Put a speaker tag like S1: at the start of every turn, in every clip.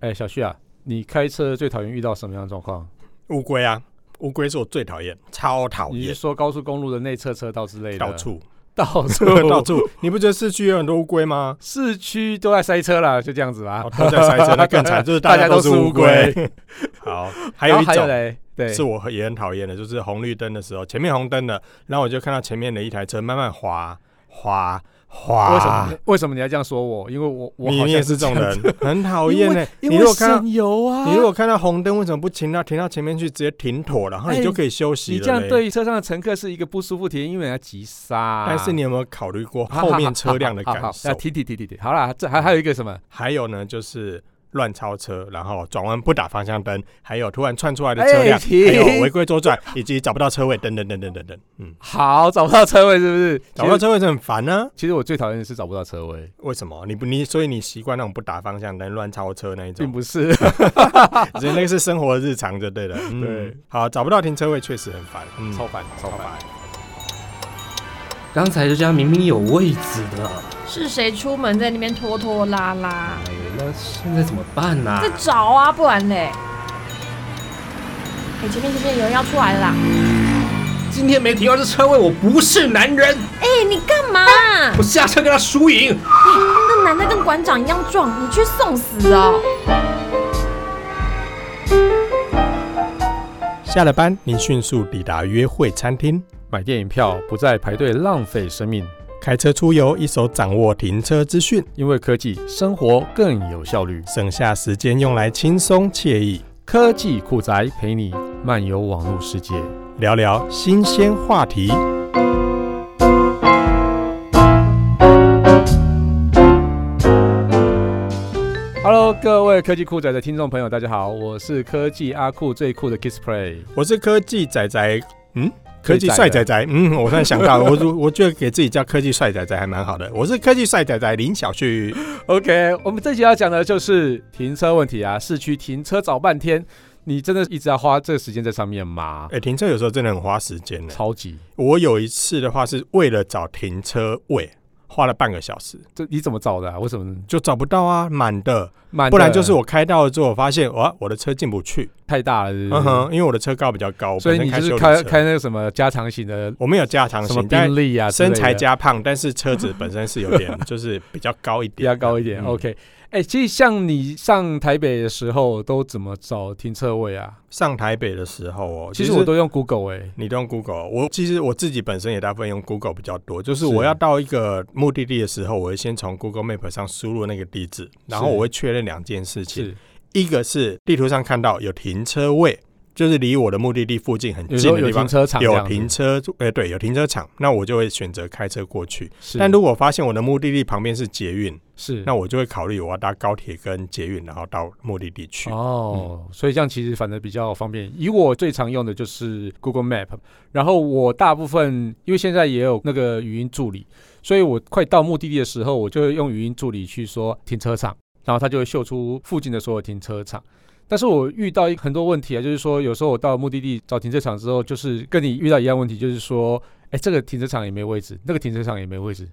S1: 哎、小旭啊，你开车最讨厌遇到什么样的状况？
S2: 乌龟啊，乌龟是我最讨厌，超讨
S1: 你是
S2: 厌，
S1: 说高速公路的内侧车道之类的？
S2: 到，处
S1: 到处，
S2: 到处。你不觉得市区有很多乌龟吗？
S1: 市区都在塞车啦，就这样子啦
S2: 哦。都在塞车，那 更惨，就是大
S1: 啊大家
S2: 家
S1: 都
S2: 是
S1: 是乌
S2: 乌龟。 好，还
S1: 然
S2: 有
S1: 后
S2: 一
S1: 还有
S2: 种
S1: 嘞，对，
S2: 是我也很讨厌的，就是红绿灯的时候，前面红灯了，然后我就看到前面的一台车慢慢滑滑滑。
S1: 为什么？为什么你要这样说我？因为我我
S2: 你
S1: 好像
S2: 你也是这种
S1: 样
S2: 人
S1: 子，
S2: 很讨厌呢。
S1: 因
S2: 你
S1: 为
S2: 如果看到
S1: 省油啊，
S2: 你如果看到红灯，为什么不停到停到前面去，直接停妥，然后
S1: 哎
S2: 你就可以休息
S1: 你
S2: 了
S1: 这样
S2: 嘞
S1: 对于车上的乘客是一个不舒服体验，因为人家急刹。
S2: 但是你有没有考 虑过后面车辆的
S1: 好
S2: 感
S1: 好好
S2: 受
S1: 要？提提提提提。好啦，这还还有一个什么？
S2: 还有呢，就是乱超车，然后转弯不打方向灯，还有突然窜出来的
S1: 哎
S2: 车辆，
S1: 停
S2: 还有违规左转，以及找不到车位，等等等等等等。嗯，
S1: 好，找不到车位是不是？
S2: 找不到车位是很烦啊。
S1: 其实，其实我最讨厌的是找不到车位，
S2: 为什么？你不你所以你习惯那种不打方向灯、乱超车那一
S1: 并
S2: 种，
S1: 不是。
S2: 所以那个是生活的日常就对了。嗯
S1: 对，
S2: 好，找不到停车位确实很烦，嗯，
S1: 超烦，超烦。
S3: 刚才这家明明有位置的，
S4: 是谁出门在那边拖拖拉
S5: 啊
S4: 拉？
S3: 哎，那现在怎么办呢、
S4: 在找啊，不然嘞。哎、前面前面有人要出来了啦！
S3: 今天没停到这车位，我不是男人，
S4: 哎、你干嘛？
S3: 我下车跟他输赢。
S4: 哎那男的跟馆长一样壮，你去送死哦！
S2: 下了班，你迅速抵达约会餐厅，
S1: 买电影票不再排队浪费生命，
S2: 开车出游，一手掌握停车资讯，
S1: 因为科技生活更有效率。
S2: 省下时间用来轻松惬意。
S1: 科技酷宅陪你漫游网络世界。
S2: 聊聊新鲜话题。
S1: Hello，各位科技酷宅的听众朋友，大家好，我是科技阿酷最酷的 Kiss Play。
S2: 我是科技仔仔，嗯，科
S1: 最
S2: 技
S1: 宅
S2: 帅
S1: 的
S2: 仔仔，嗯，我突然想到了，我如 我觉得给自己叫科技帅仔仔还蛮好的。我是科技帅仔仔林小旭，
S1: OK，我们这集要讲的就是停车问题啊，市区停车找半天，你真的一直要花这个时间在上面吗？
S2: 哎、停车有时候真的很花时间呢。
S1: 超级，
S2: 我有一次的话是为了找停车位，花了半个小时，
S1: 这你怎么找的、啊？为什么
S2: 就找不到啊，满的。
S1: 慢？
S2: 不然就是我开到了之后，我发现哇，我的车进不去，
S1: 太大了是不是
S2: 嗯哼，因为我的车高比较高，我
S1: 所以
S2: 本
S1: 你
S2: 身
S1: 就是
S2: 开
S1: 开
S2: 修理车，
S1: 开那个什么加长型的
S2: 我们有加长
S1: 什么
S2: 型，但
S1: 宾利啊之类
S2: 身
S1: 的，
S2: 材加胖，但是车子本身是有点就是比较高一 点，
S1: 比较高一点。
S2: 嗯
S1: OK，哎、其实像你上台北的时候都怎么找停车位啊？
S2: 上台北的时候哦，
S1: 其实我都用 Google 哎、
S2: 你都用 Google，我其实我自己本身也大部分用 Google 比较多。就是
S1: 是
S2: 我要到一个目的地的时候，我会先从 Google Map 上输入那个地址，然后
S1: 是
S2: 我会确认两件事情，
S1: 是
S2: 一个是地图上看到有停车位，就是离我的目的地附近很
S1: 有时
S2: 近
S1: 候
S2: 的
S1: 有
S2: 地
S1: 停
S2: 方。
S1: 车场这
S2: 有
S1: 样子，
S2: 停车，呃，对，有停车场，那我就会选择开车过去。
S1: 是，
S2: 但如果发现我的目的地旁边是捷运，
S1: 是
S2: 那我就会考虑我要搭高铁跟捷运，然后到目的地去。嗯
S1: 哦，所以这样其实反正比较方便。以我最常用的就是 Google Map，然后我大部分因为现在也有那个语音助理，所以我快到目的地的时候，我就会用语音助理去说停车场，然后它就会秀出附近的所有停车场。但是我遇到一很多问题啊，就是说有时候我到目的地找停车场之后，就是跟你遇到一样问题，就是说，哎，这个停车场也没位置，那个停车场也没位置，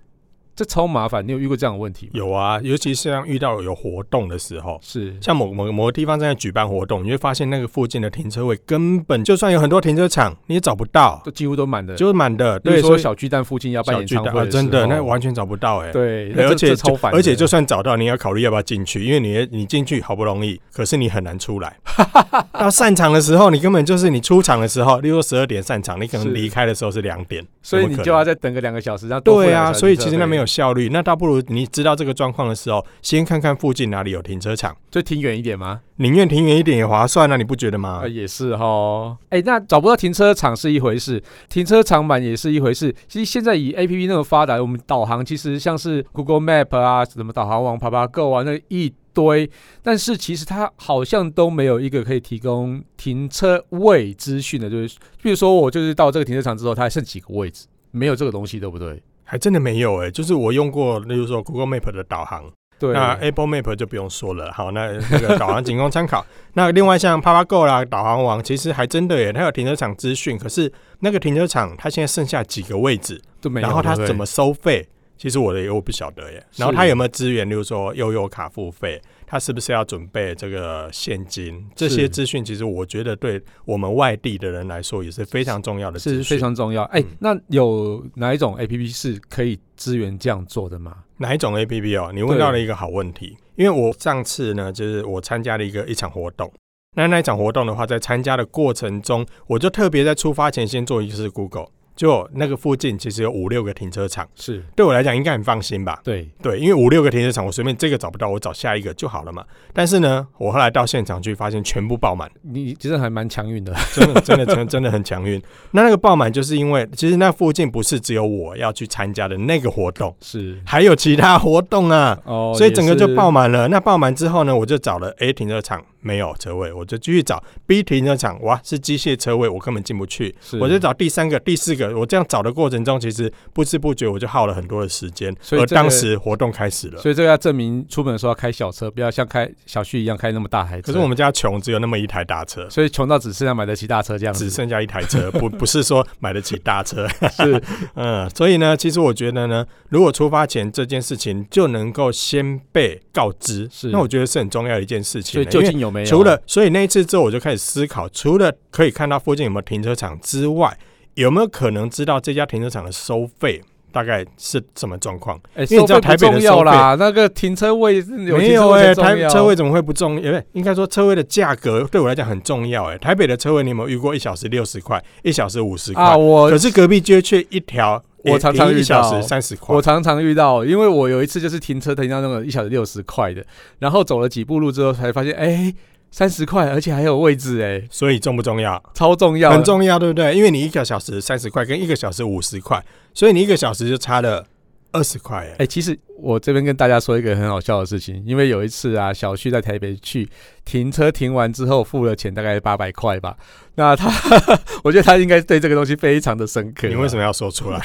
S1: 这超麻烦。你有遇过这样的问题吗？
S2: 有啊，尤其是像遇到有活动的时候，
S1: 是
S2: 像某某某个地方正在举办活动，你会发现那个附近的停车位根本就算有很多停车场，你也找不到
S1: 都，几乎都满的，
S2: 就是满的。
S1: 比如
S2: 对，
S1: 说
S2: 所以
S1: 小巨蛋附近要办
S2: 小
S1: 演
S2: 巨
S1: 唱
S2: 蛋
S1: 会
S2: 啊，
S1: 时
S2: 真的
S1: 候
S2: 那完全找不到哎。
S1: 对，
S2: 而且
S1: 这超烦的，
S2: 而且就算找到，你要考虑要不要进去，因为你你进去好不容易，可是你很难出来。 到散场的时候，你根本就是你出场的时候，例如说十二点散场，你可
S1: 是
S2: 能离开的时候是两点，
S1: 所以
S2: 怎么
S1: 你
S2: 可
S1: 就
S2: 能
S1: 要再等个两个小时，然后多付
S2: 对
S1: 两
S2: 啊，
S1: 个小时
S2: 所以
S1: 车
S2: 其实那
S1: 费
S2: 没有效率。那倒不如你知道这个状况的时候，先看看附近哪里有停车场，
S1: 就停远一点吗？
S2: 宁愿停远一点也划算啊，你不觉得吗
S1: 啊，？也是哈。哎，那找不到停车场是一回事，停车场满也是一回事。其实现在以 A P P 那么发达，我们导航其实像是 Google Map 啊，什么导航网、爬爬 Go 啊，那一堆，但是其实它好像都没有一个可以提供停车位资讯的，就是比如说我就是到这个停车场之后，它还剩几个位置，没有这个东西，对不对？
S2: 还真的没有哎、就是我用过，例如说 Google Map 的导航，
S1: 对，
S2: 那 Apple Map 就不用说了。好，那那个导航仅供参考。 那另外像 PapaGo 啦、导航网，其实还真的耶，它有停车场资讯，可是那个停车场它现在剩下几个位置，
S1: 都没有。
S2: 然后它
S1: 对不对
S2: 怎么收费？其实我的也我不晓得耶。
S1: 是
S2: 然后它有没有资源，例如说悠悠卡付费，他是不是要准备这个现金？这
S1: 是
S2: 些资讯其实我觉得对我们外地的人来说也是非常重要的
S1: 是
S2: 资
S1: 非
S2: 讯。
S1: 常重要。哎、
S2: 嗯
S1: 那有哪一种 A P P 是可以支援这样做的吗？
S2: 哪一种 A P P 哦？你问到了一个好问题，因为我上次呢，就是我参加了一个一场活动。那那一场活动的话，在参加的过程中，我就特别在出发前先做一次 Google，就那个附近其实有五六个停车场，
S1: 是
S2: 对我来讲应该很放心吧？
S1: 对，
S2: 对，因为五六个停车场，我随便这个找不到，我找下一个就好了嘛。但是呢，我后来到现场去，发现全部爆满，
S1: 你其实还蛮强 运的。
S2: 真的，真的，真的真的很强运。那那个爆满，就是因为其实那附近不是只有我要去参加的那个活动，
S1: 是
S2: 还有其他活动啊，
S1: 哦，
S2: 所以整个就爆
S1: 满。
S2: 满了。那爆满之后呢，我就找了 A 停车场没有车位，我就继续找 B 停车场，哇，是机械车位，我根本进不去。
S1: 是
S2: 我就找第三个、第四个，我这样找的过程中，其实不知不觉我就耗了很多的时间，
S1: 所以
S2: 而
S1: 这个
S2: 当时活动开始了。
S1: 所以这个要证明出门的时候要开小车，不要像开小旭一样开那么大台车。
S2: 可是我们家穷，只有那么一台大车，
S1: 所以穷到只剩下买得起大车这样子。
S2: 只剩下一台 车，不不是说买得起大车，
S1: 是
S2: 嗯，所以呢，其实我觉得呢，如果出发前这件事情就能够先被告知，
S1: 是
S2: 那我觉得是很重要的一件事情
S1: 所以
S2: 了，因
S1: 究
S2: 为
S1: 竟有没有？
S2: 除了，所以那一次之后，我就开始思考，除了可以看到附近有没有停车场之外，有没有可能知道这家停车场的收费大概是什么状况？
S1: 哎、
S2: 因为你知道
S1: 收费不
S2: 台北的
S1: 重要啦，那个停车位有
S2: 没
S1: 停
S2: 有
S1: 车位才哦
S2: 哎
S1: 重
S2: 台
S1: 要啊
S2: 车位怎么会不重要？应该说车位的价格对我来讲很重要。哎，台北的车位你有没有遇过一小时六十块，一小时五十块？
S1: 啊，我
S2: 可是隔壁街却一条，
S1: 我常常遇到
S2: 一小时三十块
S1: 我。常常遇到，因为我有一次就是停车停到那个一小时六十块的，然后走了几步路之后才发现，哎、3三十块，而且还有位置、哎，
S2: 所以重不重要？
S1: 超重要，
S2: 很，重要，对不对？因为你一个小时三十块跟一个小时五十块，所以你一个小时就差了二十块。哎
S1: 哎、其实我这边跟大家说一个很好笑的事情，因为有一次啊，小旭在台北去停车，停完之后付了钱，大概八百块吧。那他， 我觉得他应该对这个东西非常的深刻。
S2: 你为什
S1: 么？
S2: 么要说出来？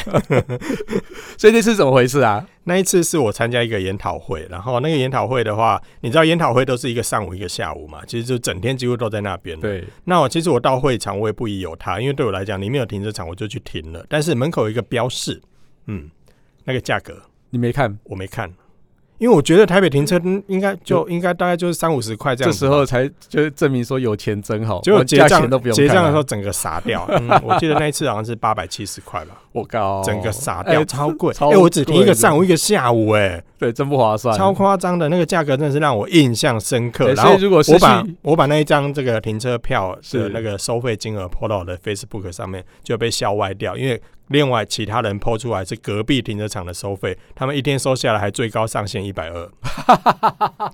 S1: 所以那是怎么回事啊？
S2: 那一次是我参加一个研讨会，然后那个研讨会的话，你知道研讨会都是一个上午一个下午嘛，其实就整天几乎都在那边。。
S1: 对，
S2: 那我其实我到会场我也不疑有他，因为对我来讲，里面有停车场我就去停了，但是门口有一个标示，嗯，那个价格
S1: 你没看，
S2: 我没看，因为我觉得台北停车应该就应该大概就是三五十块这
S1: 嗯这
S2: 样子
S1: 时
S2: 吧。
S1: 候才就是证明说有钱真好，
S2: 结果
S1: 我
S2: 结
S1: 价
S2: 账
S1: 钱都不用
S2: 结账的时
S1: 看
S2: 候
S1: 啊，
S2: 整个傻掉， 嗯、我记得那一次好像是八百七十块吧，
S1: 我靠，
S2: 整个傻掉，
S1: 哎
S2: 超贵。哎、
S1: 超
S2: 我只停一
S1: 贵
S2: 个
S1: 的
S2: 上午一个下午、
S1: 对，真不划算
S2: 哎，，超夸张的那个价格真的是让我印象深刻。
S1: 对
S2: 然
S1: 所
S2: 后
S1: 以如果是
S2: 我把
S1: 去
S2: 我把那一张这个停车票的
S1: 是
S2: 那个收费金额 PO 到我的 Facebook 上面，就被笑歪掉，因为。另外，其他人 PO 出来是隔壁停车场的收费，他们一天收下来还最高上限一 百二，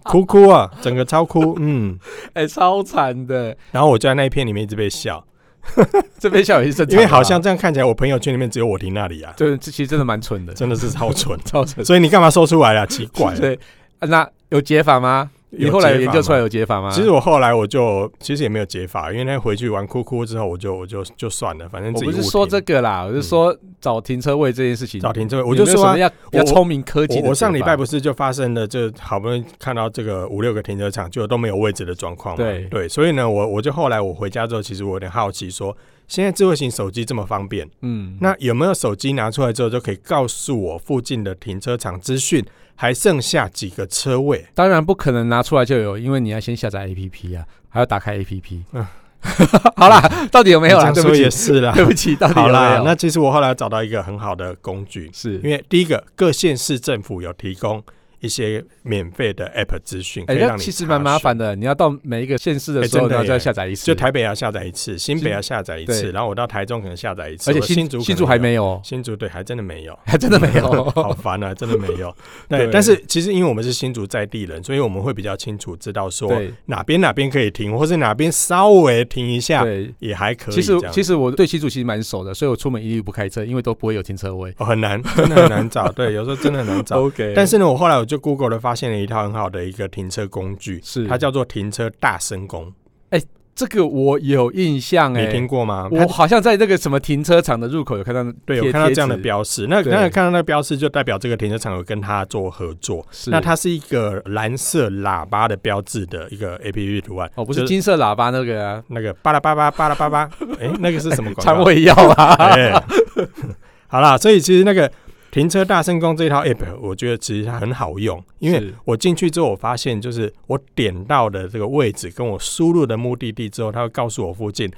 S2: 哭哭啊，整个超哭，嗯。
S1: 哎、超惨的。
S2: 然后我就在那一片里面一直 被笑，
S1: 这边笑也是正常的啊，
S2: 因为好像这样看起来，我朋友圈里面只有我停那里啊，
S1: 就是其实真的蛮蠢的，。
S2: 真的是超蠢
S1: 超蠢。
S2: 所以你干嘛说出来啊？奇 怪。
S1: 对，啊那有解法吗？你
S2: 有
S1: 后来有
S2: 解
S1: 研
S2: 法
S1: 究出
S2: 吗
S1: 来有解法吗？
S2: 其实我后来我就其实也没有解法，因为那回去玩哭哭之后，我就我就就算了，反正
S1: 我
S2: 自己
S1: 不是
S2: 误
S1: 说
S2: 停
S1: 这个啦，我是说找停车位这件事情。
S2: 找停车位，我
S1: 有
S2: 就
S1: 没有
S2: 说
S1: 什
S2: 啊
S1: 么，要比较
S2: 我
S1: 聪明科技的
S2: 我我上
S1: 解
S2: 礼
S1: 法
S2: 拜不是就发生了，就好不容易看到这个五六个停车场就都没有位置的状况嘛。
S1: 对
S2: 对，所以呢，我我就后来我回家之后，其实我有点好奇说现在智慧型手机这么方便，
S1: 嗯，
S2: 那有没有手机拿出来之后就可以告诉我附近的停车场资讯，还剩下几个车位？
S1: 当然不可能拿出来就有，因为你要先下载 APP 啊，还要打开 APP。
S2: 嗯
S1: 好啦，到底有没有啦？
S2: 你这
S1: 对
S2: 样说
S1: 不
S2: 也
S1: 起，
S2: 是啦。
S1: 对不起，到底有
S2: 好
S1: 没
S2: 啦
S1: 有？，
S2: 那其实我后来找到一个很好的工具，
S1: 是
S2: 因为第一个各县市政府有提供一些免费的 App 资讯，可
S1: 哎，
S2: 以
S1: 那
S2: 让你
S1: 其实
S2: 查
S1: 蛮麻
S2: 询
S1: 烦的，你要到每一个县市的
S2: 哎
S1: 时候，
S2: 真的
S1: 然后就要
S2: 耶
S1: 下载一次。
S2: 就台北要下载一次，新北
S1: 新
S2: 要下载一
S1: 对
S2: 次，然后我到台中可能下载一次，
S1: 而且
S2: 我新
S1: 新
S2: 竹
S1: 新
S2: 竹
S1: 竹还没有，
S2: 新竹对，还真的 没有。
S1: 还真的没
S2: 好
S1: 有。
S2: 烦啊，真的没 有。
S1: 对
S2: 对，但是其实因为我们是新竹在地人，所以我们会比较清楚知道说
S1: 对
S2: 哪边哪边可以停，或是哪边稍微停一下
S1: 对，
S2: 也还可以
S1: 其
S2: 啊这
S1: 实
S2: 样。
S1: 其实我对新竹其实蛮熟的，所以我出门一律不开车，因为都不会有停车位。
S2: 哦、很难，真的很难找。对，有时候真的很难 找。
S1: OK，
S2: 但是呢，我后来我就 Google 了，发现了一套很好的一个停车工具，
S1: 是
S2: 它叫做停车大声功，
S1: 这个我有印象哎、
S2: 你听过吗？
S1: 我
S2: 它
S1: 好像在那个什么停车场的入口有看到贴，
S2: 对，有看到这样的
S1: 贴纸，
S2: 标识，那
S1: 对
S2: 那看到那个标识就代表这个停车场有跟他做合作。
S1: 是
S2: 那它是一个蓝色喇叭的标志的一个 A P P 图案，
S1: 哦不
S2: 就是
S1: 金色喇叭那个啊，
S2: 那个巴拉巴拉巴拉 巴拉，哎、那个是什么广
S1: 肠
S2: 告？
S1: 胃药啊，
S2: 哎，好啦，所以其实那个停车大声公这一套 app，我觉得其实它很好用， 因为
S1: 是
S2: 我进去之后，我发现就是我点到的这个位置跟我输入的目的地之后，它会告诉我附近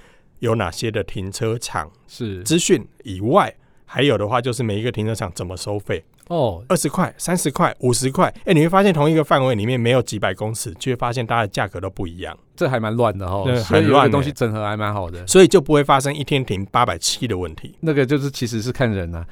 S2: 有哪些的停车场
S1: 是
S2: 资讯以外，还有的话就是每一个停车场怎么收费，
S1: 哦，
S2: 二十块、三十块、五十块，哎、你会发现同一个范围里面没有几百公尺，就会发现大家的价格都不一样，
S1: 这还蛮乱的哦
S2: 对，
S1: 所以
S2: 很
S1: 有
S2: 乱
S1: 的
S2: 欸
S1: 东西整合还蛮好的。
S2: 所以就不会发生一天停八百七的问 题。
S1: 那个就是其实是看人啊，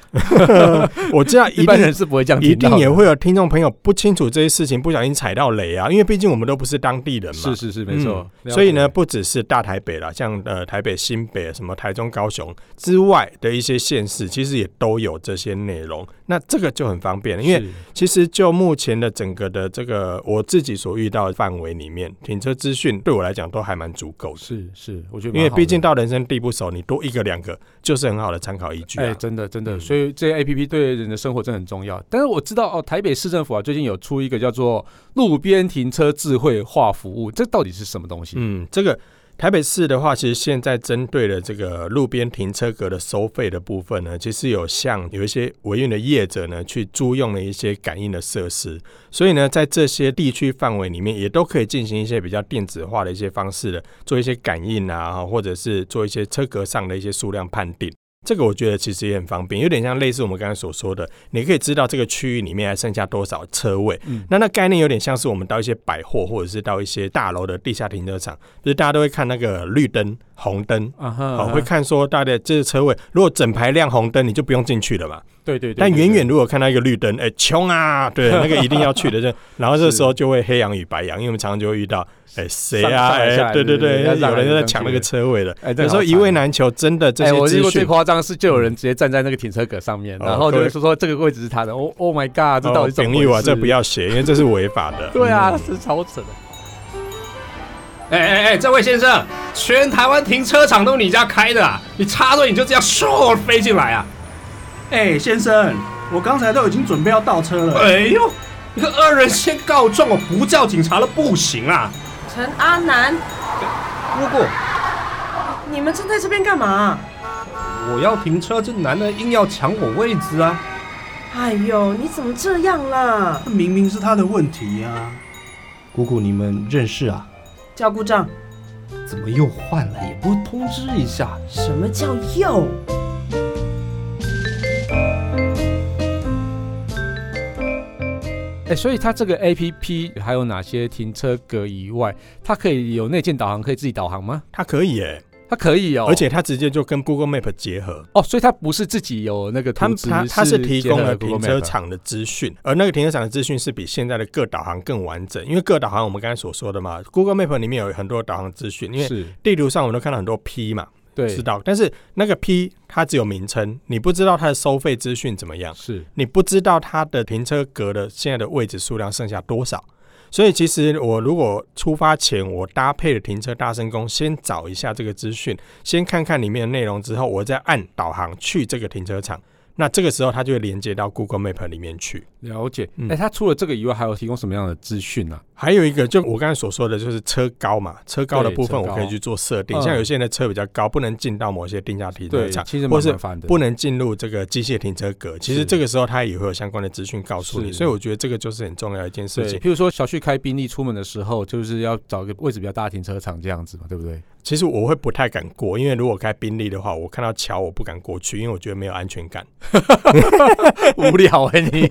S2: 我知道一
S1: 一般
S2: 定
S1: 人是不会这样
S2: 一
S1: 听到的
S2: 定也会有听众朋友不清楚这些事情，不小心踩到雷啊，因为毕竟我们都不是当地人嘛。
S1: 是是是没错
S2: 嗯。
S1: 了解
S2: 所以呢，，不只是大台北啦，像呃台北、新北、什么台中、高雄之外的一些县市，其实也都有这些内容。那这个就很方便了，因为
S1: 是
S2: 其实就目前的整个的这个我自己所遇到的范围里面，停车资讯对我来讲都还蛮足够的。
S1: 是是，我觉得
S2: 因为
S1: 蛮好
S2: 毕竟
S1: 的
S2: 到人生地不熟，你多一个两个就是很好的参考依据、啊。
S1: 哎、真的真的，
S2: 嗯
S1: 所以这些 A P P 对人的生活真的很重要。但是我知道哦，台北市政府啊最近有出一个叫做路边停车智慧化服务，这到底是什么东西？
S2: 嗯，这个台北市的话，其实现在针对了这个路边停车格的收费的部分呢，其实有向有一些维运的业者呢去租用了一些感应的设施，所以呢，在这些地区范围里面，也都可以进行一些比较电子化的一些方式的，做一些感应啊，或者是做一些车格上的一些数量判定。这个我觉得其实也很方便，有点像类似我们刚才所说的，你可以知道这个区域里面还剩下多少车位，
S1: 嗯，
S2: 那那概念有点像是我们到一些百货或者是到一些大楼的地下停车场，就是大家都会看那个绿灯、红灯，
S1: 啊哈，
S2: 好、
S1: 啊哈
S2: 会看说大家这个车位，如果整排亮红灯，你就不用进去了嘛。
S1: 对对对，
S2: 但
S1: 对
S2: 远远
S1: 对
S2: 如果看到一个绿灯，哎、冲啊！ 对，那个一定要去的。就然后这时候就会黑羊与白羊，因为我们常常就会遇到，哎、谁
S1: 上
S2: 啊？
S1: 上来
S2: 哎、
S1: 下来
S2: 对对对，
S1: 对对对
S2: 有人在抢那个车位了。
S1: 哎，这
S2: 有时候
S1: 好
S2: 一
S1: 惨
S2: 位。难求，真的这
S1: 哎，
S2: 些
S1: 我遇
S2: 资
S1: 过最
S2: 讯。嗯
S1: 夸张是，就有人直接站在那个停车格上面，
S2: 哦
S1: 然后就
S2: 各
S1: 会
S2: 位
S1: 说说这个位置是他的。哦 Oh my god，这到底是怎么
S2: 哦朋友啊，
S1: 回事
S2: 这不。要写，因为这是违法 的。
S1: 对啊，
S2: 嗯
S1: 是超扯的。
S3: 哎哎哎，这位先生，全台湾停车场都你家开的啊？你插队你就这样咻飞进来啊？
S6: 哎、先生，我刚才都已经准备要倒车了。
S3: 哎呦，你个恶人先告状，我不叫警察了不行啊！
S5: 陈阿南，
S3: 不过
S5: 你们站在这边干嘛、
S3: 我要停车，这男的硬要抢我位置啊！
S5: 哎呦，你怎么这样啦？
S6: 明明是他的问题呀、姑姑，你们认识啊？
S5: 叫故障，
S3: 怎么又换了？也不通知一下。
S5: 什么叫又？
S1: 哎，所以它这个 A P P 还有哪些停车格以外，它可以有内建导航，可以自己导航吗？
S2: 它可以哎、
S1: 它可以哦，
S2: 而且它直接就跟 Google Map 结合。
S1: 哦，所以它不是自己有那个
S2: 他
S1: 图
S2: 们
S1: 纸，
S2: 他他是提
S1: 结合
S2: 供了
S1: Google
S2: 停车
S1: Map 啊
S2: 场的资讯，而那个停车场的资讯是比现在的各导航更完整，因为各导航我们刚才所说的嘛，Google Map 里面有很多导航资讯，因为
S1: 是
S2: 地图上我们都看到很多 P 嘛，
S1: 对
S2: 知道，但是那个 P 它只有名称，你不知道它的收费资讯怎么样，
S1: 是
S2: 你不知道它的停车格的现在的位置数量剩下多少。所以其实我如果出发前，我搭配的停车大声公，先找一下这个资讯，先看看里面的内容之后，我再按导航去这个停车场。那这个时候它就会连接到 Google Map 里面去。
S1: 了解。哎、
S2: 嗯
S1: 它除了这个以外，还有提供什么样的资讯啊呢？
S2: 还有一个，就我刚才所说的，就是车高嘛，车高的
S1: 对
S2: 部分
S1: 车高
S2: 我可以去做设定。
S1: 嗯
S2: 像有些人的车比较高，不能进到某些定价停车
S1: 对，
S2: 场，
S1: 其实
S2: 或
S1: 蛮
S2: 是
S1: 麻烦的。
S2: 不能进入这个机械停车格。其
S1: 是
S2: 实这个时候它也会有相关的资讯告诉你，
S1: 是
S2: 所以我觉得这个就是很重要的一件事
S1: 对，
S2: 情。
S1: 譬如说小旭开宾利出门的时候，就是要找个位置比较大的停车场这样子嘛，对不 对？
S2: 其实我会不太敢过，因为如果开宾利的话，我看到桥我不敢过去，因为我觉得没有安全感。
S1: 无聊哎、你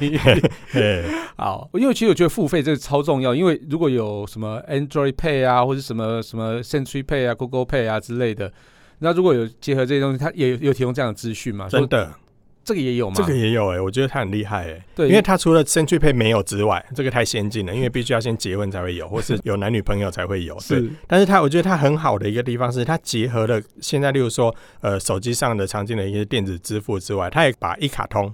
S2: 对，
S1: 好，因为其实我觉得付费这个超重要，因为如果有什么 Android Pay 啊，或者什么什么 Century Pay 啊、Google Pay 啊之类的，那如果有结合这些东西，它也有有提供这样的资讯嘛？
S2: 真
S1: 说
S2: 的，
S1: 这个也有嘛？
S2: 这个也有哎、我觉得他很厉害哎、
S1: 对
S2: 因为他除了先去配没有之外，这个太先进了，因为必须要先结婚才 会有，或是有男女朋友才会有。对，
S1: 是
S2: 但是它我觉得它很好的一个地方是，它结合了现在，例如说，呃，手机上的常见的一些电子支付之外，它也把一卡通、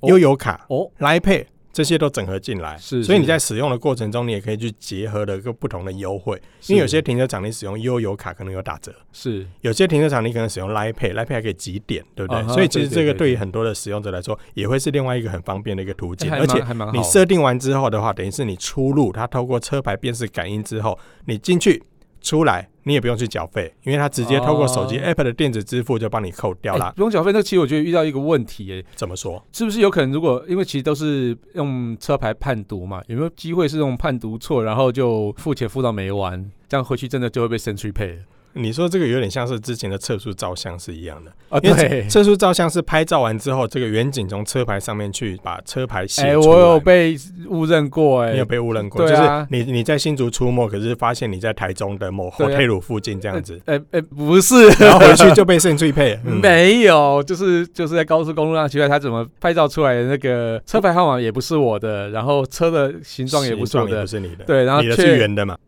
S1: 哦
S2: 悠游卡、
S1: 哦，
S2: 来 Pay 这些都整合进来。
S1: 是
S2: 所以你
S1: 是
S2: 在使用的过程中，你也可以去结合了各不同的优惠，
S1: 是
S2: 因为有些停车场你使用悠游卡可能有打折，
S1: 是
S2: 有些停车场你可能使用 Line Pay，Line Pay 还可以积点，对不对
S1: 啊哈
S2: 所以其实
S1: 对对
S2: 这个
S1: 对
S2: 对于很多的使用者来说，也会是另外一个很方便的一个途
S1: 哎
S2: 径，
S1: 还
S2: 而且
S1: 蛮还蛮好
S2: 你设定完之后的话，等于是你出入，它透过车牌辨识感应之后，你进去出来，你也不用去缴费，因为它直接透过手机
S1: 哦
S2: app 的电子支付就帮你扣掉
S1: 哎
S2: 啦。
S1: 不用缴费，那其实我觉得遇到一个问题、耶，
S2: 怎么说？
S1: 是不是有可能如果因为其实都是用车牌判读嘛，有没有机会是用判读错，然后就付钱付到没完，这样回去真的就会被 Century Pay 了
S2: 你说这个有点像是之前的测速照相是一样的，
S1: 啊？
S2: 因为
S1: 对
S2: 测，测速照相是拍照完之后，这个远景从车牌上面去把车牌写
S1: 哎、
S2: 出来。
S1: 我有被误认过、哎，
S2: 你有被误认过，
S1: 对啊
S2: 就是你你在新竹出没，可是发现你在台中的某
S1: 对啊
S2: hotel 附近这 样子，
S1: 哎、哎、不是，
S2: 然后回去就被肾 e 配。 嗯
S1: 没有，就是就是在高速公路上，奇怪他怎么拍照出来的那个车牌号码也不是我的，然后车的形状也不是我
S2: 形状
S1: 的
S2: 不，是你的，
S1: 对，然后
S2: 你的
S1: 却
S2: 是圆 的嘛，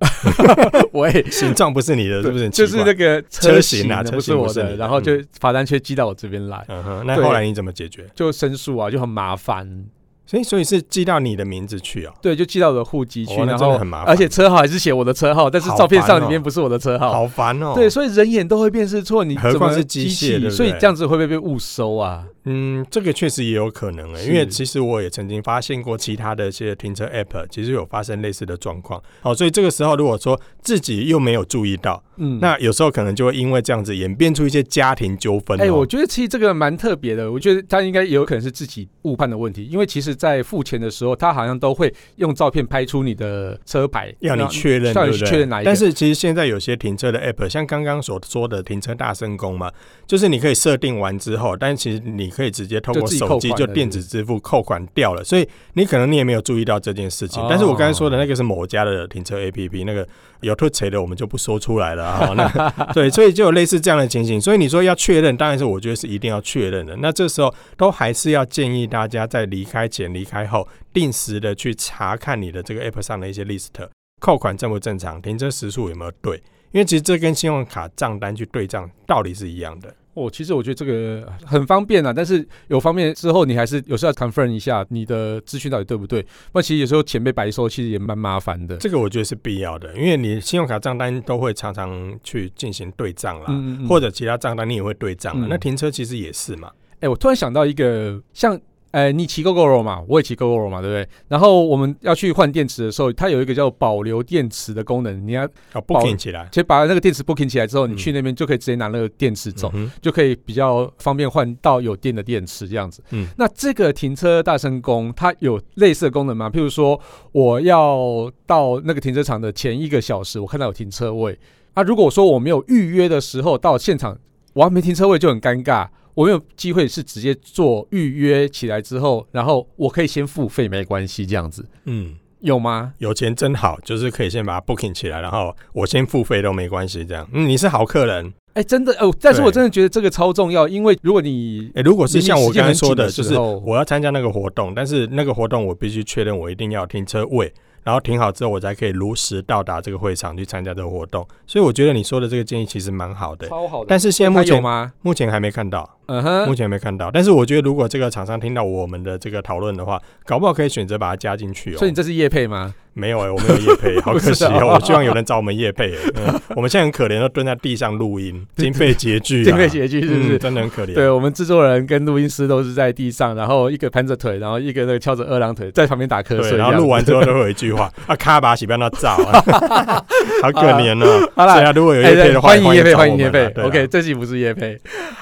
S1: 我也
S2: 形状不是你的，是不是很奇
S1: 就
S2: 怪？
S1: 是那个
S2: 车
S1: 型
S2: 型啊
S1: 的
S2: 车
S1: 不是
S2: 型不
S1: 我
S2: 是你
S1: 的，
S2: 的
S1: 然后就罚单却寄到我这边来，
S2: 嗯哼，那
S1: 对
S2: 后来你怎么解决？
S1: 就申诉啊，就很麻烦。
S2: 所以所以是寄到你的名字去哦。
S1: 对，就寄到我的户籍去，
S2: 哦那
S1: 然
S2: 真的
S1: 后
S2: 很麻烦
S1: 而且车号还是写我的车号，但是
S2: 好
S1: 照片上
S2: 烦哦
S1: 里面不是我的车号。
S2: 好烦哦。
S1: 对，所以人眼都会辨识错，你
S2: 何
S1: 怎
S2: 况
S1: 么
S2: 是机
S1: 机
S2: 械对不对
S1: 所以这样子会不会被误收啊？
S2: 嗯，这个确实也有可能诶、欸
S1: 是
S2: 因为其实我也曾经发现过其他的一些停车 App，其实有发生类似的状况。哦，所以这个时候如果说自己又没有注意到，
S1: 嗯，
S2: 那有时候可能就会因为这样子演变出一些家庭纠纷、哦。
S1: 哎、我觉得其实这个蛮特别的，我觉得他应该也有可能是自己误判的问题，因为其实，在付钱的时候，他好像都会用照片拍出你的车牌，
S2: 要你
S1: 那
S2: 确认，
S1: 要你
S2: 对不对？
S1: 确认哪一个
S2: 但是其实现在有些停车的 app，像刚刚所说的停车大圣宫嘛，就是你可以设定完之后，但其实你可以直接透过
S1: 就自己
S2: 手机
S1: 扣款
S2: 就
S1: 了
S2: 电子支付扣款掉了，所以你可能你也没有注意到这件事情。
S1: 哦
S2: 但是我刚才说的那个是某家的停车 app，那个有特谁的我们就不说出来了 啊。那对，所以就有类似这样的情形。所以你说要确认，当然是我觉得是一定要确认的。那这时候都还是要建议大家在离开前、离开后，定时的去查看你的这个 app 上的一些 list。扣款正不正常，停车时数有没有对？因为其实这跟信用卡账单去对账道理是一样的。
S1: 哦，其实我觉得这个很方便啊，但是有方便之后，你还是有时候要 confirm 一下你的资讯到底对不对，不然其实有时候钱被白收，其实也蛮麻烦的。
S2: 这个我觉得是必要的，因为你信用卡账单都会常常去进行对账啦，
S1: 嗯嗯嗯
S2: 啊或者其他账单你也会对账、啊。
S1: 嗯
S2: 那停车其实也是嘛，
S1: 哎、我突然想到一个，像呃，你骑 GoGoRo 嘛，我也骑 GoGoRo 嘛，对不对？然后我们要去换电池的时候，它有一个叫保留电池的功能，你要
S2: 要
S1: 保
S2: 啊 booking 起来
S1: 其实把那个电池 booking 起来之后，你
S2: 嗯
S1: 去那边就可以直接拿那个电池走，
S2: 嗯哼
S1: 就可以比较方便换到有电的电池这样子。
S2: 嗯
S1: 那这个停车大声功它有类似的功能吗？譬如说，我要到那个停车场的前一个小时，我看到有停车位，啊，如果说我没有预约的时候到现场，我还没停车位就很尴尬。我没有机会是直接做预约起来之后，然后我可以先付费没关系这样子，
S2: 嗯，
S1: 有吗？
S2: 有钱真好，就是可以先把它 booking 起来，然后我先付费都没关系，这样。嗯，你是好客人。
S1: 哎、真的哦，但是我
S2: 对
S1: 真的觉得这个超重要，因为如果你
S2: 诶，如果是像我刚才
S1: 明明时
S2: 说就
S1: 间很紧的
S2: 是
S1: 时候
S2: 我要参加那个活动，但是那个活动我必须确认我一定要停车位，然后停好之后我才可以如实到达这个会场去参加这个活动。所以我觉得你说的这个建议其实蛮好的，
S1: 超好的，
S2: 但是现在目
S1: 它有
S2: 前
S1: 吗？
S2: 目前还没看到，
S1: 嗯
S2: 目
S1: 哼，
S2: 前还没看到。但是我觉得如果这个厂商听到我们的这个讨论的话，搞不好可以选择把它加进去哦。
S1: 所以你这是叶配吗？
S2: 没有哎、我没有夜配，好可惜
S1: 不知
S2: 哦、
S1: 道
S2: 我希望有人找我们夜配、 欸嗯我们现在很可怜，都蹲在地上录音，经费 拮据、啊，
S1: 经费拮据是不是
S2: 嗯真的很可怜。
S1: 对我们制作人跟录音师都是在地上，然后一个盘着腿，然后一个那个翘着二郎腿在旁边打瞌睡
S2: 对，
S1: 这样子。
S2: 然后录完之后都会有一句 话啊，卡把洗不要那照 啊，好可怜哦。
S1: 好啦
S2: 对啊，如果有
S1: 哎，
S2: 叶配
S1: 对
S2: 的话，
S1: 欢迎叶配，
S2: 找我
S1: 欢迎
S2: 们
S1: 叶
S2: 啊
S1: 配。
S2: 对啊
S1: OK，这期不是叶配。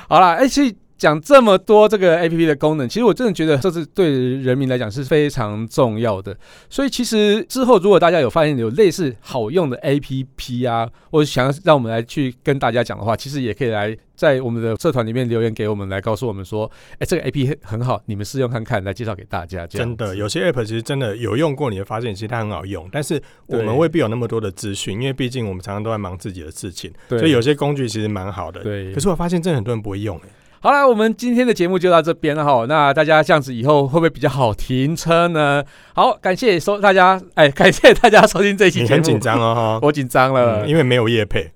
S1: 好啦，哎，其实讲这么多这个 APP 的功能，其实我真的觉得这是对人民来讲是非常重要的。所以其实之后如果大家有发现有类似好用的 APP 啊，或者想要让我们来去跟大家讲的话，其实也可以来在我们的社团里面留言给我们，来告诉我们说，哎，这个 APP 很好，你们试用看看，来介绍给大家。这样
S2: 真的
S1: 子
S2: 有些 app 其实真的有用过，你会发现其实它很好用，但是我
S1: 对
S2: 们未必有那么多的资讯，因为毕竟我们常常都在忙自己的事情，
S1: 对
S2: 所以有些工具其实蛮好的。
S1: 对
S2: 可是我发现真的很多人不会用、欸，
S1: 好啦，我们今天的节目就到这边了哈。那大家这样子以后会不会比较好停车呢？好，感谢收大家，哎， 感谢大家收听这一期
S2: 你
S1: 节目。
S2: 很紧，张 哦哈。
S1: 我紧张了，
S2: 嗯因为没有业配，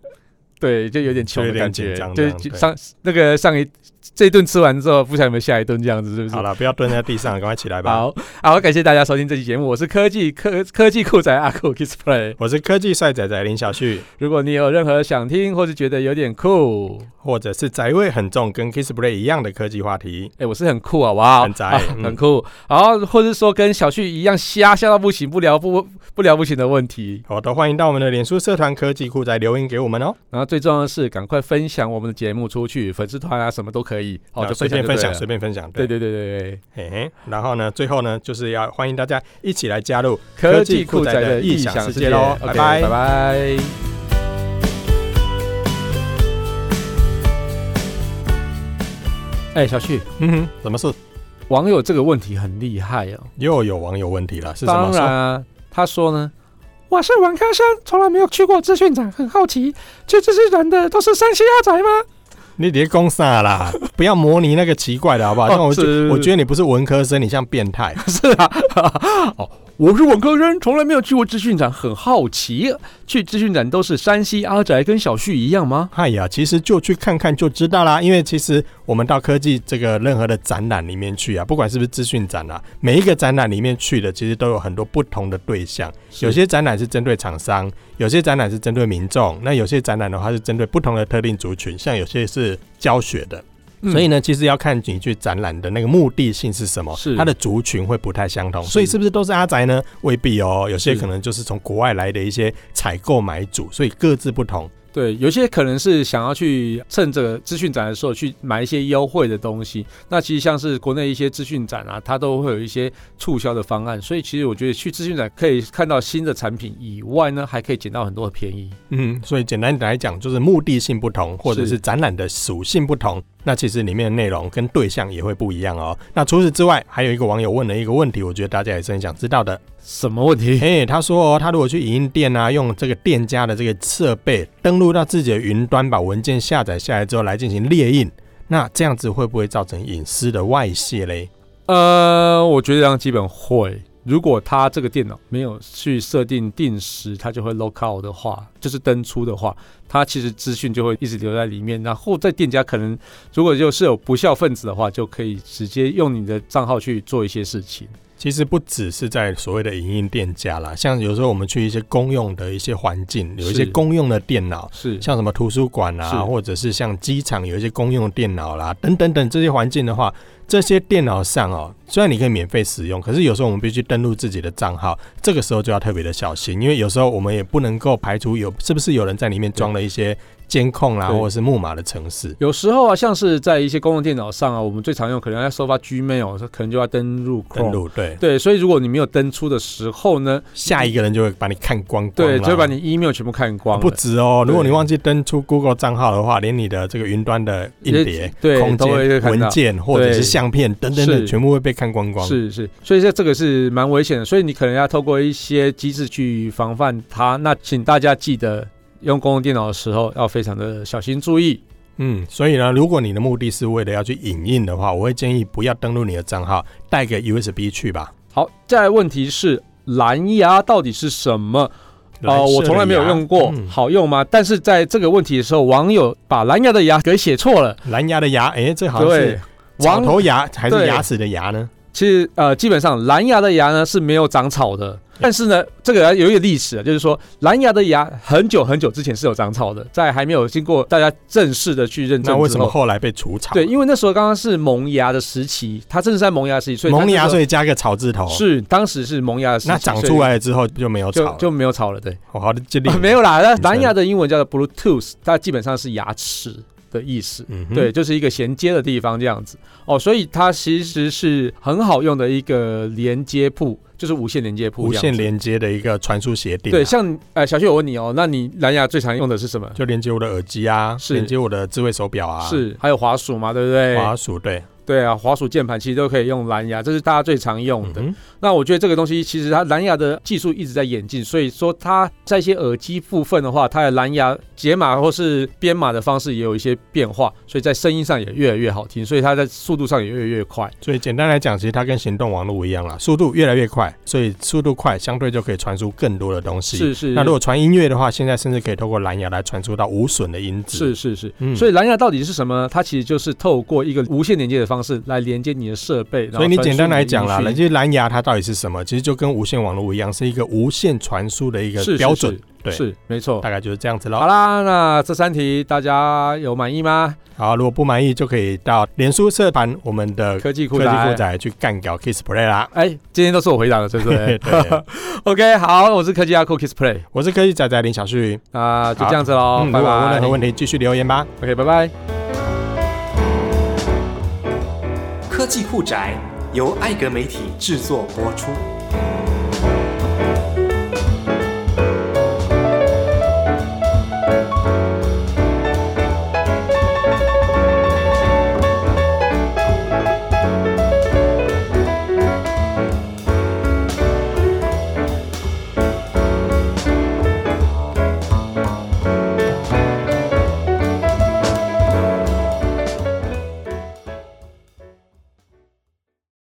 S1: 对，就有点穷
S2: 就
S1: 的
S2: 有点
S1: 感
S2: 紧
S1: 觉
S2: 张，这
S1: 就
S2: 样
S1: 就
S2: 对
S1: 上那个上一这一顿吃完之后，不想你们下一顿这样子，是不是
S2: 好？了，不要蹲在地上，赶快起来吧。
S1: 好好，感谢大家收听这期节目，我是科技科科技酷宅阿酷 Kiss Play。
S2: 我是科技帅仔仔林小旭，
S1: 如果你有任何想听或是觉得有点酷，
S2: 或者是宅味很重，跟 Kiss Play 一样的科技话题。
S1: 哎、我是很酷好不好？
S2: 很宅
S1: 啊
S2: 嗯
S1: 很酷。然后或是说跟小旭一样瞎瞎到不行，不聊不不聊不行的问题。
S2: 好的，欢迎到我们的脸书社团科技酷宅留言给我们哦，
S1: 然后最重要的是，赶快分享我们的节目出去，粉丝团啊什么都可以。哦，
S2: 啊
S1: 就
S2: 随便
S1: 分
S2: 分
S1: 享
S2: 享，
S1: 就
S2: 随
S1: 对了。
S2: 便分享。
S1: 对，对对对对，
S2: 嘿嘿然后呢，最后呢，就是要欢迎大家一起来加入
S1: 科技酷宅的异
S2: 异
S1: 想
S2: 想
S1: 世
S2: 世
S1: 界
S2: 界
S1: 喽
S2: 喽，
S1: OK，
S2: 拜
S1: 拜
S2: 拜
S1: 拜。哎，小旭，
S2: 嗯哼，什么事？
S1: 网友这个问题很厉害哦。
S2: 又有网友问题了，是什么
S1: 当
S2: 事
S1: 然、？啊，他说呢，我是文科生，从来没有去过资讯展，很好奇，去资讯展的都是山西阿宅吗？
S2: 你别攻啥啦， 不要模拟那个奇怪的好不好？
S1: 哦
S2: 像我觉
S1: 是
S2: 我觉得你不是文科生，你像变态。
S1: 是啊，哦，我是文科生，从来没有去过资讯展，很好奇，去资讯展都是山西阿宅，跟小旭一样吗？
S2: 哎呀，其实就去看看就知道啦。因为其实我们到科技这个任何的展览里面去啊，不管是不是资讯展啊，每一个展览里面去的，其实都有很多不同的对象。有些展览是针对厂商，有些展览是针对民众，那有些展览的话是针对不同的特定族群，像有些是教学的。
S1: 嗯
S2: 所以呢，其实要看你去展览的那个目的性是什么，
S1: 是
S2: 它的族群会不太相同，
S1: 是
S2: 所以是不是都是阿宅呢？未必哦，有些
S1: 是
S2: 可能就是从国外来的一些采购买主，所以各自不同。
S1: 对，有些可能是想要去趁这个资讯展的时候去买一些优惠的东西。那其实像是国内一些资讯展啊，它都会有一些促销的方案，所以其实我觉得去资讯展可以看到新的产品以外呢，还可以捡到很多的便宜。
S2: 嗯，所以简单来讲，就是目的性不同，或者
S1: 是
S2: 是展览的属性不同，那其实里面的内容跟对象也会不一样哦。那除此之外，还有一个网友问了一个问题，我觉得大家也是很想知道的。
S1: 什么问题？
S2: 嘿，他说、哦、他如果去影音店啊，用这个店家的这个设备登录到自己的云端，把文件下载下来之后来进行列印，那这样子会不会造成隐私的外泄嘞？
S1: 呃，我觉得这样基本会。如果它这个电脑没有去设定定时，它就会 lock out 的话，就是登出的话，它其实资讯就会一直留在里面。然后在店家可能如果就是有不孝分子的话，就可以直接用你的账号去做一些事情。
S2: 其实不只是在所谓的影音店家啦，像有时候我们去一些公用的一些环境，有一些
S1: 是
S2: 公用的电脑，
S1: 是
S2: 像什么图书馆
S1: 是
S2: 啊，或者是像机场有一些公用的电脑啦，等等等这些环境的话，这些电脑上哦，虽然你可以免费使用，可是有时候我们必须登录自己的账号，这个时候就要特别的小心，因为有时候我们也不能够排除有是不是有人在里面装了一些监控啦，
S1: 对
S2: 或者是木马的城市。
S1: 有时候啊，像是在一些公用电脑上啊，我们最常用可能要收发 Gmail，可能就要登入 Chrome。
S2: 登录对，
S1: 对，所以如果你没有登出的时候呢，
S2: 下一个人就会把你看光光啦，
S1: 对，就会把你 email 全部看光了。
S2: 不止哦，
S1: 对
S2: 如果你忘记登出 Google 账号的话，连你的这个云端的硬碟、
S1: 对
S2: 空
S1: 都会
S2: 间、
S1: 看到
S2: 文件或者是相片等等
S1: 是
S2: 等，全部会被看光光。
S1: 是是，所以这这个是蛮危险的，所以你可能要透过一些机制去防范它。那请大家记得用公用电脑的时候要非常的小心注意。
S2: 嗯，所以呢，如果你的目的是为了要去影印的话，我会建议不要登录你的账号，带个 USB 去吧。
S1: 好，再来问题是蓝牙到底是什么？
S2: 蓝
S1: 哦，
S2: 色
S1: 我从来没有
S2: 的牙
S1: 用过，
S2: 嗯
S1: 好用吗？但是在这个问题的时候，网友把蓝牙的牙给写错了。
S2: 蓝牙的牙，哎、这好像
S1: 对
S2: 是，草
S1: 网
S2: 头牙还
S1: 对
S2: 是牙齿的牙呢？
S1: 其实呃，基本上蓝牙的牙呢是没有长草的。但是呢，这个有一个历史啊，就是说蓝牙的牙很久很久之前是有长草的，在还没有经过大家正式的去认证之
S2: 那
S1: 后，
S2: 为什么后来被除草？
S1: 对，，因为那时候刚刚是萌芽的时期，它正是在萌芽时期，所以它
S2: 萌
S1: 那时
S2: 芽
S1: 候
S2: 所以加个草字头，
S1: 是当时是萌芽的时期，
S2: 那长
S1: 所
S2: 出
S1: 以
S2: 来了之后就没有草
S1: 就
S2: 了。哦
S1: 就没有草 了，对，
S2: 好好的这里、
S1: 啊没有啦。那
S2: 真
S1: 蓝牙的英文叫做 Bluetooth，它基本上是牙齿的意思。
S2: 嗯哼
S1: 对，就是一个衔接的地方这样子哦，所以它其实是很好用的一个连接铺，就是无线连接铺
S2: 无
S1: 这样子。
S2: 线连接的一个传输协定啊、
S1: 对，像呃，小旭，我问你哦，那你蓝牙最常用的是什么？
S2: 就连接我的耳机啊，
S1: 是
S2: 连接我的智慧手表啊，
S1: 是还有滑鼠嘛，对不对？
S2: 滑鼠对。
S1: 对啊，滑鼠键盘其实都可以用蓝牙，这是大家最常用的。
S2: 嗯哼
S1: 那我觉得这个东西其实它蓝牙的技术一直在演进，所以说它在一些耳机部分的话，它的蓝牙解码或是编码的方式也有一些变化，所以在声音上也越来越好听，所以它在速度上也越来越快。
S2: 所以简单来讲，其实它跟行动网络一样啦，速度越来越快，所以速度快，相对就可以传输更多的东西。
S1: 是是，
S2: 那如果传音乐的话，现在甚至可以透过蓝牙来传输到无损的音质。
S1: 是是是，
S2: 嗯
S1: 所以蓝牙到底是什么？它其实就是透过一个无线连接的方式来连接你的设备。然后
S2: 所以你
S1: 传输
S2: 简单来
S1: 你的
S2: 讲
S1: 音
S2: 啦，
S1: 讯
S2: 其实蓝牙它到底是什么？其实就跟无线网络一样，是一个无线传输的一个
S1: 是是
S2: 标准，对
S1: 是是没错。
S2: 大概就是这样子
S1: 好
S2: 喽。
S1: 啦，那这三题大家有满意吗？
S2: 好，如果不满意就可以到脸书社团我们的科
S1: 科技
S2: 技
S1: 酷
S2: 负
S1: 宅，
S2: 载去干掉 Kiss Play 啦。
S1: 哎，今天都是我回答的，对不 对
S2: 对
S1: ？OK，好，我是科技阿酷 Kiss Play，
S2: 我是科技仔仔林小旭，
S1: 那就
S2: 好
S1: 这样子喽，
S2: 嗯，如
S1: 拜
S2: 果有任何
S1: 拜。
S2: 问题继续留言吧。
S1: OK，拜拜。
S7: 科技酷宅由艾格媒体制作播出。